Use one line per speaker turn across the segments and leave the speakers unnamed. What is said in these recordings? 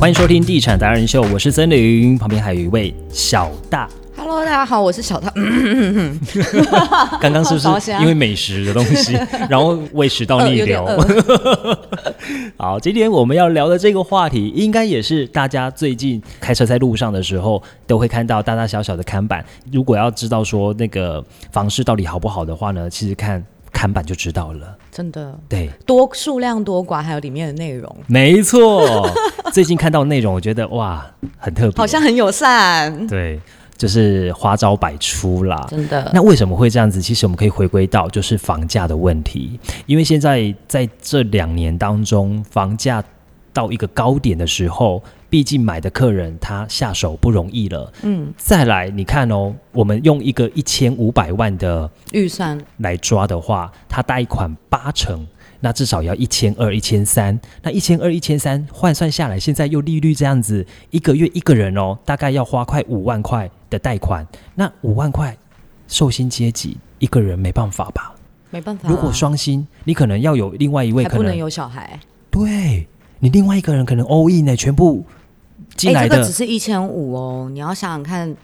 欢迎收听《地产达人秀》，我是森林，旁边还有一位小 大。
Hello，大家好，我是小嗯唐。
刚刚是不
好
是
险啊
因为美食的东 西，然后胃食道逆流？
呃
好，今天我们要聊的这个话题，应该也是大家最近开车在路上的时候都会看到大大小小的看板。如果要知道说那个房市到底好不好的话呢，其实看看板就知道了。
真的，
对，
多数量多寡，还有里面的内容，
没 错。最近看到内容，我觉得哇，很特别，
好像很友善。
对，就是花招百出啦。
真的，
那为什么会这样子？其实我们可以回归到就是房价的问题，因为现在在这两年当中，房价到一个高点的时候，毕竟买的客人他下手不容易了。
嗯，
再来，你看哦，我们用一个一千五百万的
预算
来抓的话，他贷款八成，那至少要一千二、一千三。那一千二、一千三换算下来，现在又利率这样子，一个月一个人哦，大概要花快五万块的贷款。那五万块，寿星阶级一个人没办法吧？
没办法啊。
如果双薪，你可能要有另外一位
还
可
不能
能，
有小孩，
对你另外一个人可能 all in 呢，全部进来
哎这个
的
只。是一千五哦。你要想想看，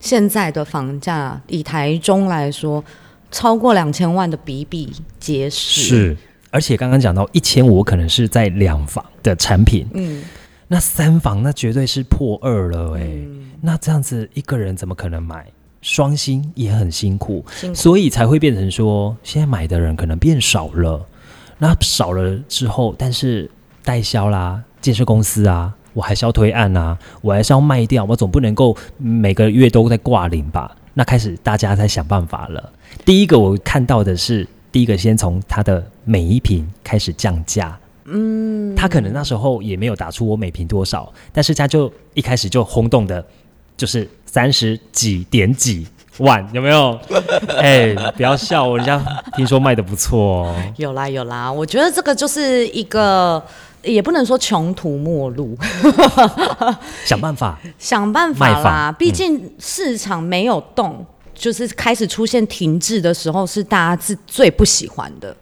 现在的房价以台中来说，超过两千万的比比皆是。，
是，而且刚刚讲到一千五，可能是在两房的产品，
嗯，
那三房那绝对是破二了哎、
嗯
那这样子一个人怎么可能买？双薪也很辛苦，
辛苦
所以才会变成说，现在买的人可能变少了。那少了之后，但是代销啦、建设公司啊，我还是要推案啊，我还是要卖掉，我总不能够每个月都在挂零吧？那开始大家在想办法了。第一个我看到的是，第一个先从它的每一瓶开始降价。嗯，他可能那时候也没有打出我每瓶多少，但是他就一开始就轰动的，就是三十几点几万，有没有？ 哎、不要笑哦，人家听说卖的不错哦。
有啦有啦，我觉得这个就是一个，也不能说穷途末路，
想办法，
想办法
卖嗯
啦。
房
毕竟市场没有动，就是开始出现停滞的时候，是大家是最不喜欢的。
嗯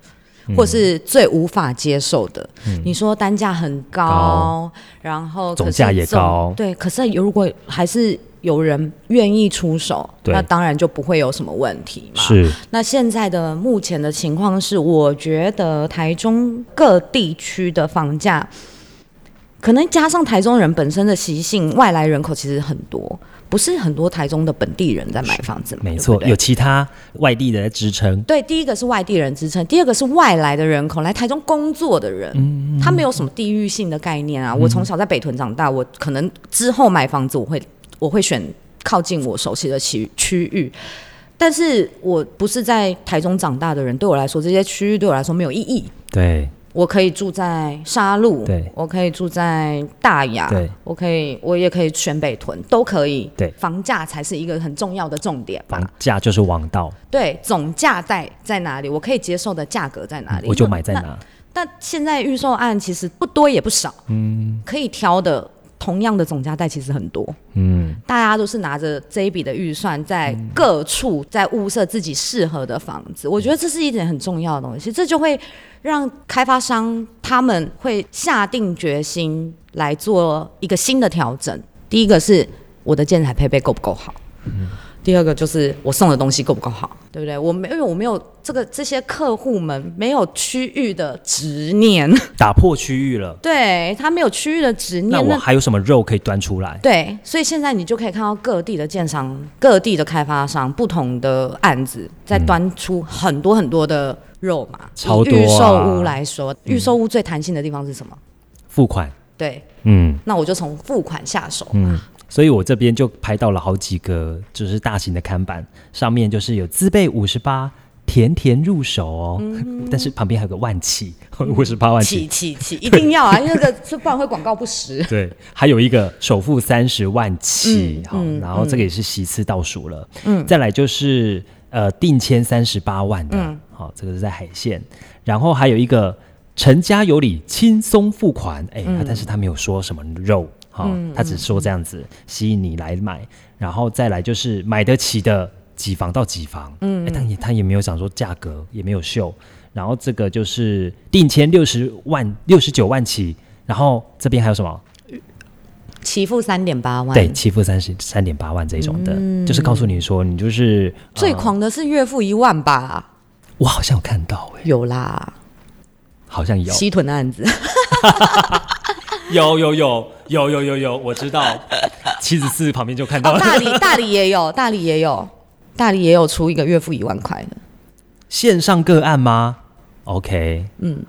或是最无法接受的，你说单价很高，
高
然后
总
可是
价也
总
高
对。可是如果还是有人愿意出手，
对
那当然就不会有什么问题嘛。那现在的目前的情况是，我觉得台中各地区的房价，可能加上台中人本身的习性，外来人口其实很多，不是很多台中的本地人在买房子嘛，
没错，
对不对
有其他外地的在支撑，
对，第一个是外地人支撑，第二个是外来的人口来台中工作的人，
嗯
他没有什么地域性的概念啊。我从小在北屯长大，我可能之后买房子，我会我会选靠近我熟悉的区区域。但是我不是在台中长大的人，对我来说，这些区域对我来说没有意义。
对
我可以住在沙鹿，
对
我可以住在大雅，
对
我可以，我也可以选北屯，都可以。
对
房价才是一个很重要的重点吧。
房价就是王道，
对，总价在在哪里？我可以接受的价格在哪里？
嗯我就买在
啊那。
哪。
那但现在预售案其实不多也不少，嗯，可以挑的同样的总价带其实很多，
嗯，
大家都是拿着这一笔的预算，在各处在物色自己适合的房
嗯
子。我觉得这是一点很重要的东西，这就会让开发商他们会下定决心来做一个新的调整。第一个是我的建材配备够不够好，第二个就是我送的东西够不够好，对不对？我没，因为我没有这个这些客户们没有区域的执念，
打破区域了，
对他没有区域的执念，
那我
那
还有什么肉可以端出来？
对，所以现在你就可以看到各地的建商、各地的开发商不同的案子，在端出很多很多的肉嘛。以
超多啊嗯
预售屋来说，预售屋最弹性的地方是什么？
付款，
对，
嗯
那我就从付款下手。
嗯，所以我这边就拍到了好几个就是大型的看板，上面就是有资倍五十八。甜甜入手哦，
嗯
但是旁边还有个万起， 五十八万起
起起起，一定要啊，因为那个是不然会广告不实。
对，还有一个首付三十万起
嗯，
好、
嗯
然后这个也是席次倒数了。嗯，再来就是呃定签三十八万的，好、这个是在海线，然后还有一个成家有礼，轻松付款，哎、啊但是他没有说什么肉，好、他只说这样子吸引你来买，然后再来就是买得起的几房到几房，嗯，但也他也没有讲说价格，也没有秀。然后这个就是定签六十万、六十九万起，然后这边还有什么？
起付三点八万，嗯
对，欺负三十三点八万这一种的，就是告诉你说你就是、呃
最狂的是月付一万吧，
我好像有看到哎、
嗯有啦，
好像有，
西屯的 案子，
有有有有有有有，我知道，七十四旁边就看到
哦，
了，
大理大理也有，大理也有，大理也有出一个月付一万块的，
线上个案吗？OK，嗯。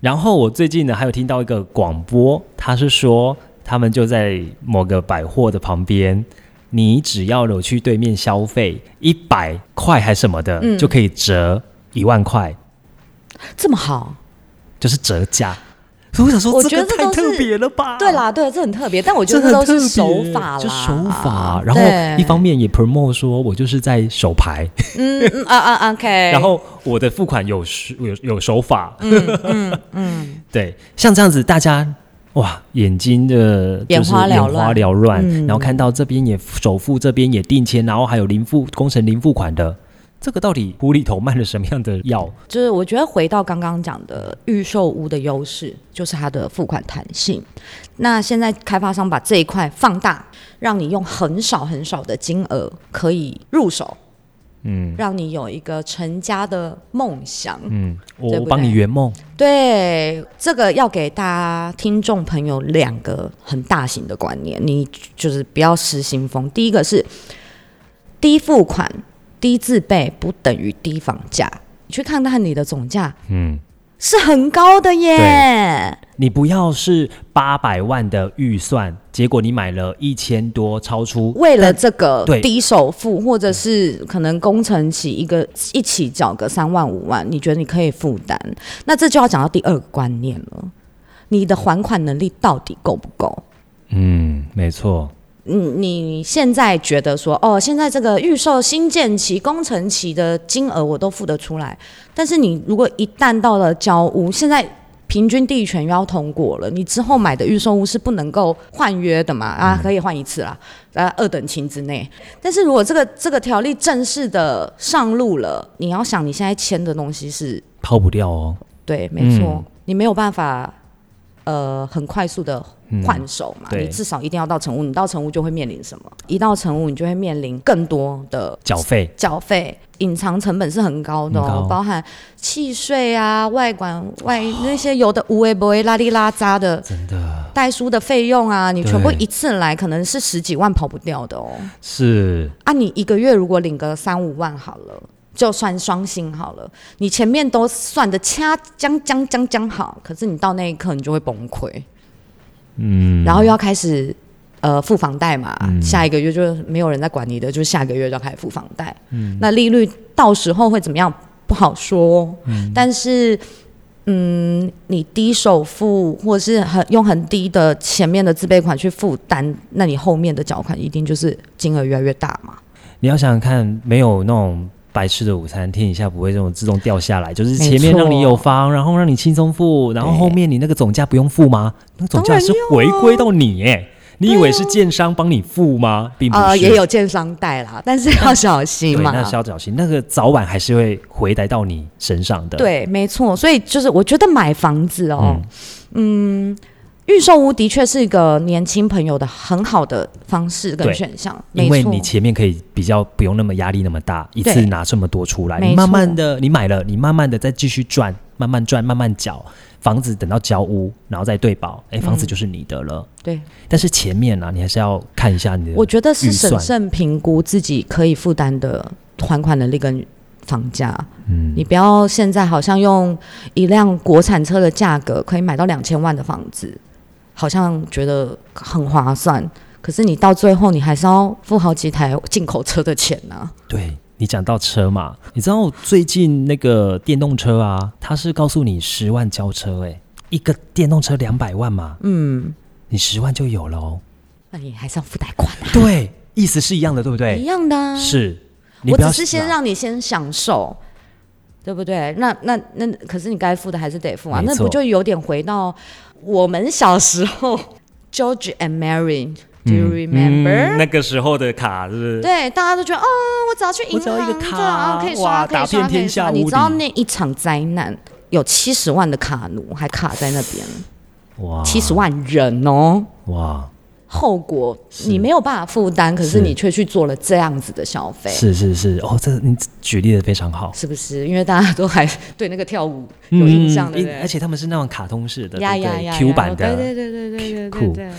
然后我最近呢，还有听到一个广播，他是说他们就在某个百货的旁边，你只要有去对面消费一百块还什么的，
嗯
就可以折一万块，
这么好。
就是折价。所以我想说，
我
这
觉得
个
这
太
都
特
是
别了吧？
啊对啦，对，这很特别，但我觉
这
得这
很
都
特别，
是手法啦，
就手法。然
对
后一方面也 promote 说，我就是在手牌，
嗯嗯啊啊，OK，
然后我的付款有时有有手法，嗯嗯嗯， 对，像这样子，大家哇，眼睛的就是
眼花缭
眼
乱
花缭乱，
嗯
然后看到这边也首付，这边也定签，然后还有零付工程零付款的，这个到底无厘头卖了什么样的药？
就是我觉得回到刚刚讲的预售屋的优势，就是它的付款弹性。那现在开发商把这一块放大，让你用很少很少的金额可以入手，
嗯
让你有一个成家的梦想。
嗯，
对
我
不
帮你
对
圆梦，
对，这个要给大家听众朋友两个很大型的观念，你就是不要失心疯。第一个是低付款、低自备不等于低房价，你去看看你的总价。
嗯。
是很高的耶。
你不要是八百万的预算，结果你买了一千多，超出
为了这个
对
低首付，或者是可能工程起一个一起缴个三万五万，你觉得你可以负担？那这就要讲到第二个观念了，你的还款能力到底够不够？
嗯，没错，
嗯，你现在觉得说，哦，现在这个预售新建期、工程期的金额我都付得出来，但是你如果一旦到了交屋，现在平均地权又要通过了，你之后买的预售屋是不能够换约的嘛？啊，可以换一次啦，啊，二等亲之内。但是如果这个这个条例正式的上路了，你要想你现在签的东西是
抛不掉哦。
对，没错，
嗯
你没有办法，呃，很快速的换手嘛，
嗯对
你至少一定要到成屋，你到成屋就会面临什么？一到成屋，你就会面临更多的
缴费，
缴费，隐藏成本是很高的、
很
哦
高，
包含契税啊、外管外那些有的无为不为拉里拉扎的，真的代书的费用啊，你全部
对
一次来可能是十几万跑不掉的哦。
是
啊，你一个月如果领个三五万好了，就算双薪好了，你前面都算的掐将将将将好，可是你到那一刻你就会崩溃，嗯，然后又要开始。呃，付房贷嘛，下一个月就没有人在管你的，就下个月就要开始付房贷。嗯，那利率到时候会怎么样不好说哦、但是，嗯，你低首付或是很用很低的前面的自备款去负担，那你后面的缴款一定就是金额越来越大嘛。
你要想想看，没有那种白痴的午餐，听一下不会这种自动掉下来，就是前面
没错
让你有房，然后让你轻松付，然后后面你那个总价不用付吗？那个总价
啊
是回归到你耶，你以为是建商帮你付吗？并不是，
呃，也有建商贷啦，但是要小
对，
心嘛。
那是要小心，那个早晚还是会回来到你身上的。，
对，没错。所以就是我觉得买房子哦，嗯。预售屋的确是一个年轻朋友的很好的方式跟
对
选项，
因
没
为
错
你前面可以比较不用那么压力那么大，一次
对
拿这么多出来，
没
你慢
错
慢的你买了，你慢慢的再继续赚，慢慢赚，慢慢缴。房子等到交屋，然后再对保，哎，房子就是你的了。
嗯对，
但是前面呢、啊，你还是要看一下你的。
我觉得是
预算
审慎评估自己可以负担的还款能力跟房价。嗯，你不要现在好像用一辆国产车的价格可以买到两千万的房子，好像觉得很划算。可是你到最后，你还是要付好几台进口车的钱啊呐、
对你讲到车嘛，你知道最近那个电动车啊，它是告诉你十万交车、哎，一个电动车两百万嘛，
嗯，
你十万就有了哦。
那你还是要付贷款啊，
对，意思是一样的，对不
一
对？
样的、啊。
是，你
我
不要
只是先
想啊
让你先享受，对不对？那那那，可是你该付的还是得付啊，
没
那
错
不就有点回到我们小时候 George and Mary，Do you
嗯
remember？、
那个时候的卡是不是？
对，大家都觉得哦，我只要去银
我只要一
行，
个
对
卡
啊，可以
哇
刷，可
打
以
遍
刷，可
天
以
下
刷。你
无
知道
敌
那一场灾难有七十
啊
万的卡奴还卡在那边，
哇，
七十万人哦，
哇，
后果
是
你没有办法负担，可
是
是你却去做了这样子的消费。
是是是，哦，这你举例的非常好，
是不是？因为大家都还对那个跳舞
嗯
有印象，对
因
不对？
而且他们是那种卡通式的，
呀
对不
呀
对
呀
，Q
呀
版的，
对对对对对对
酷
对对，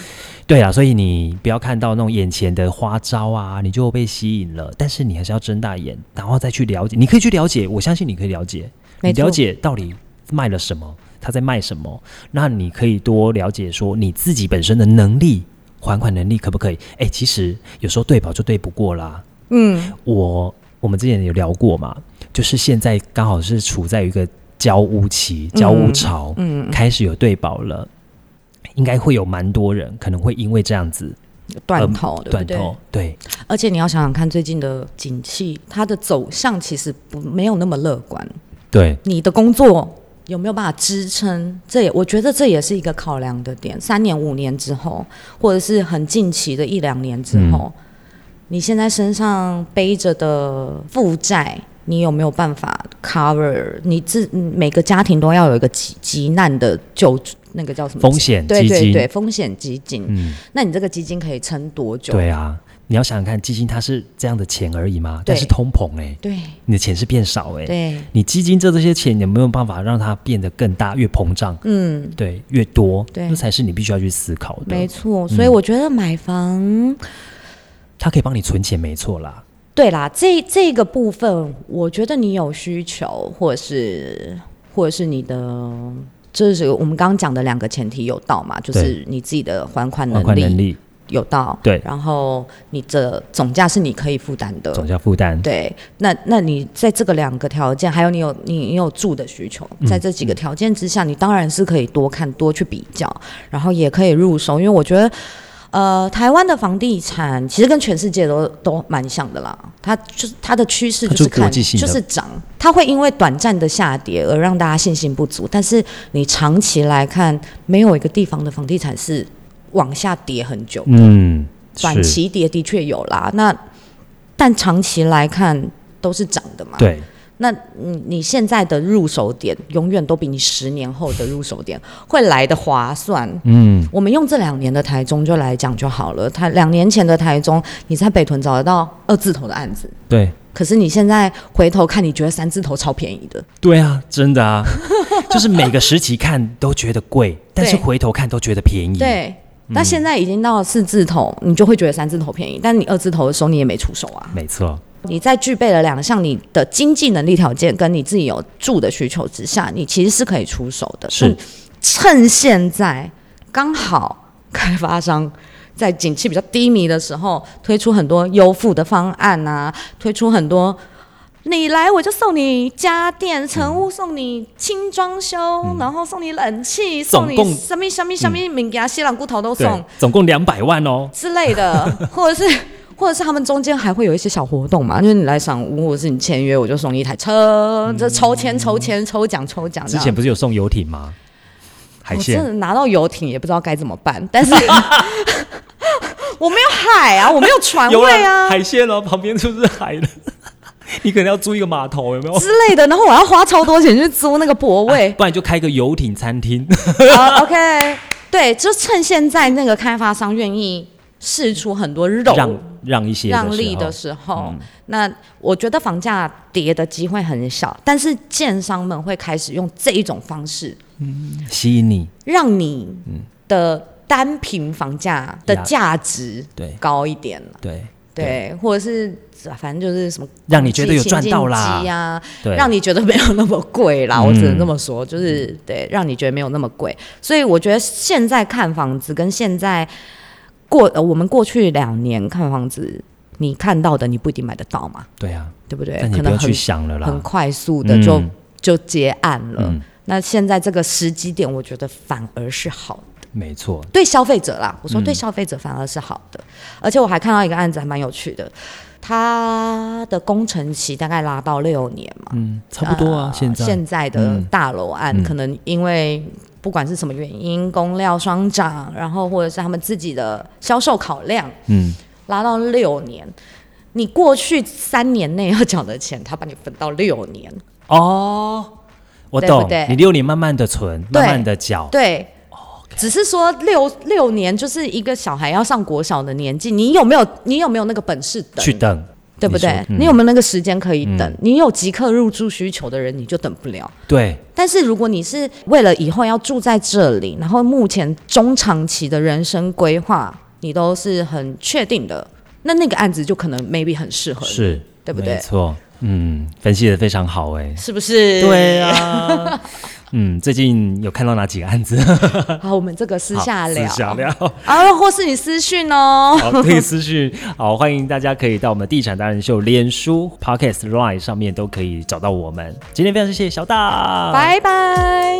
对啊，所以你不要看到那种眼前的花招啊，你就被吸引了。但是你还是要睁大眼，然后再去了解。你可以去了解，我相信你可以了解，你
没错
了解到底卖了什么，他在卖什么。那你可以多了解说你自己本身的能力，还款能力可不可以？哎，其实有时候对保就对不过啦。
嗯，
我我们之前有聊过嘛，就是现在刚好是处在一个交屋期、交屋潮，
嗯
开始有对保了，应该会有蛮多人可能会因为这样子。呃
断头，对不
断
对？
头，对，
而且你要想想看，最近的景气，它的走向其实不没有那么乐观。
对，
你的工作有没有办法支撑？这也我觉得这也是一个考量的点。三年、五年之后，或者是很近期的一两年之后，
嗯
你现在身上背着的负债，你有没有办法 cover？你自嗯每个家庭都要有一个急急难的救助，那个叫什么
风？险
对
基
对
金，
对，风险基金。
嗯，
那你这个基金可以撑多久？
对啊，你要想想看，基金它是这样的钱而已嘛，
对
但是通膨哎、
对
你的钱是变少哎、
对，
你基金这这些钱有没有办法让它变得更大，越膨胀，
嗯。
对，越多，
对
那才是你必须要去思考
没
的。
错，所以
嗯
我觉得买房，
它可以帮你存钱，没错啦，
对啦，这这个部分，我觉得你有需求，或者是或者是你的，就是我们刚刚讲的两个前提有到嘛，就是你自己的还款
还
能
款能
嗯力
力、
有到，
对
然后你的总价是你可以负担的，
总价负担，
呃对，那那你在这个两个条件，还有你有你你有住的需求，在
嗯
这几个条件之下，你当然是可以多看多去比较，然后也可以入手，因为我觉得。呃，台湾的房地产其实跟全世界都都蛮像的啦，它就是它的趋势
它
就是
就国
看
际性的
就是涨，它会因为短暂的下跌而让大家信心不足，但是你长期来看，没有一个地方的房地产是往下跌很久的
嗯，
短
是，
期跌的确有啦，那但长期来看都是涨的嘛。，
对，
那你你现在的入手点永远都比你十年后的入手点 会来的划算。
嗯，
我们用这两年的台中就来讲就好了。它两年前的台中，你在北屯找得到二字头的案子，
对，
可是你现在回头看，你觉得三字头超便宜的。
对啊，真的 啊，就是每个时期看都觉得贵，但是
对
回头看都觉得便宜，
对，
嗯
那现在已经到了四字头，你就会觉得三字头便宜，但你二字头的时候你也没出手啊。
没错，
你在具备了两项你的经济能力条件跟你自己有住的需求之下，你其实是可以出手的。
是
嗯趁现在刚好开发商在景气比较低迷的时候，推出很多优付的方案啊，推出很多。你来我就送你家电、成屋，送你轻装修，然后送你冷气，
嗯总
送你
共嗯
什么什么什么物件，西兰骨头都送
对。，总共两百万哦，
之类的， 或者是或者是他们中间还会有一些小活动嘛，就是你来赏屋，或者是你签约，我就送你一台车，这抽签抽签抽奖抽奖
嗯
这
之
样。
前不是有送游艇吗？海
我真
鲜
的拿到游艇也不知道该怎么办，但是 我没有海啊，我没有船
游
位
览
啊
海鲜哦，旁边就是海了， 你可能要租一个码头，有没有？
之类的，然后我要花超多钱去租那个泊位。
不然就开个游艇餐厅，
好 OK，对，就趁现在那个开发商愿意试出很多肉
让让一些的时候嗯
让利的时候，那我觉得房价跌的机会很小，但是建商们会开始用这一种方式，
吸引你，
让你的单品房价的
呀
价值
对
高一点了。
对
对，或者是啊反正就是什么，
让你觉得有赚到啦
呀、
对，
让你觉得没有那么贵啦。
嗯
我只能这么说，就是对，让你觉得没有那么贵。所以我觉得现在看房子跟现在过、呃、我们过去两年看房子，你看到的你不一定买得到嘛，
对啊，
对不对
但？你
可
不
能
要
很
去想了
很
啦，
快速的就、
嗯
就结案了。
嗯
那现在这个时机点，我觉得反而是好的。
没错，
对消费者啦，我
嗯
说对消费者反而是好的。而且我还看到一个案子还蛮有趣的，它的工程期大概拉到六年嘛，
嗯，差不多啊，
呃
现在
现在的
嗯
大楼案、
嗯
可能因为不管是什么原因，工料双涨，然后或者是他们自己的销售考量，
嗯，
拉到六年。你过去三年内要缴的钱，他把你分到六年，
哦，我
对不
懂
对，
哦你六年慢慢的存，慢慢的缴，
对，只是说六六年就是一个小孩要上国小的年纪，你有没有你有没有那个本事等？
去等，
对不
你
对
说？嗯
你有没有那个时间可以等？
嗯
你有即刻入住需求的人，你就等不了。
对，
但是如果你是为了以后要住在这里，然后目前中长期的人生规划你都是很确定的，那那个案子就可能 maybe 很适合你，
是，
对不
没
对？
错，嗯，分析的非常好、哎，
是不是？
对啊， 嗯，最近有看到哪几个案子？
好，我们这个私
好
下聊，
私下聊，
啊，或是你私讯哦。
好，可以私讯，好，欢迎大家可以到我们地产达人秀脸书、Podcast、Line 上面都可以找到我们。今天非常谢谢小大，。
拜拜，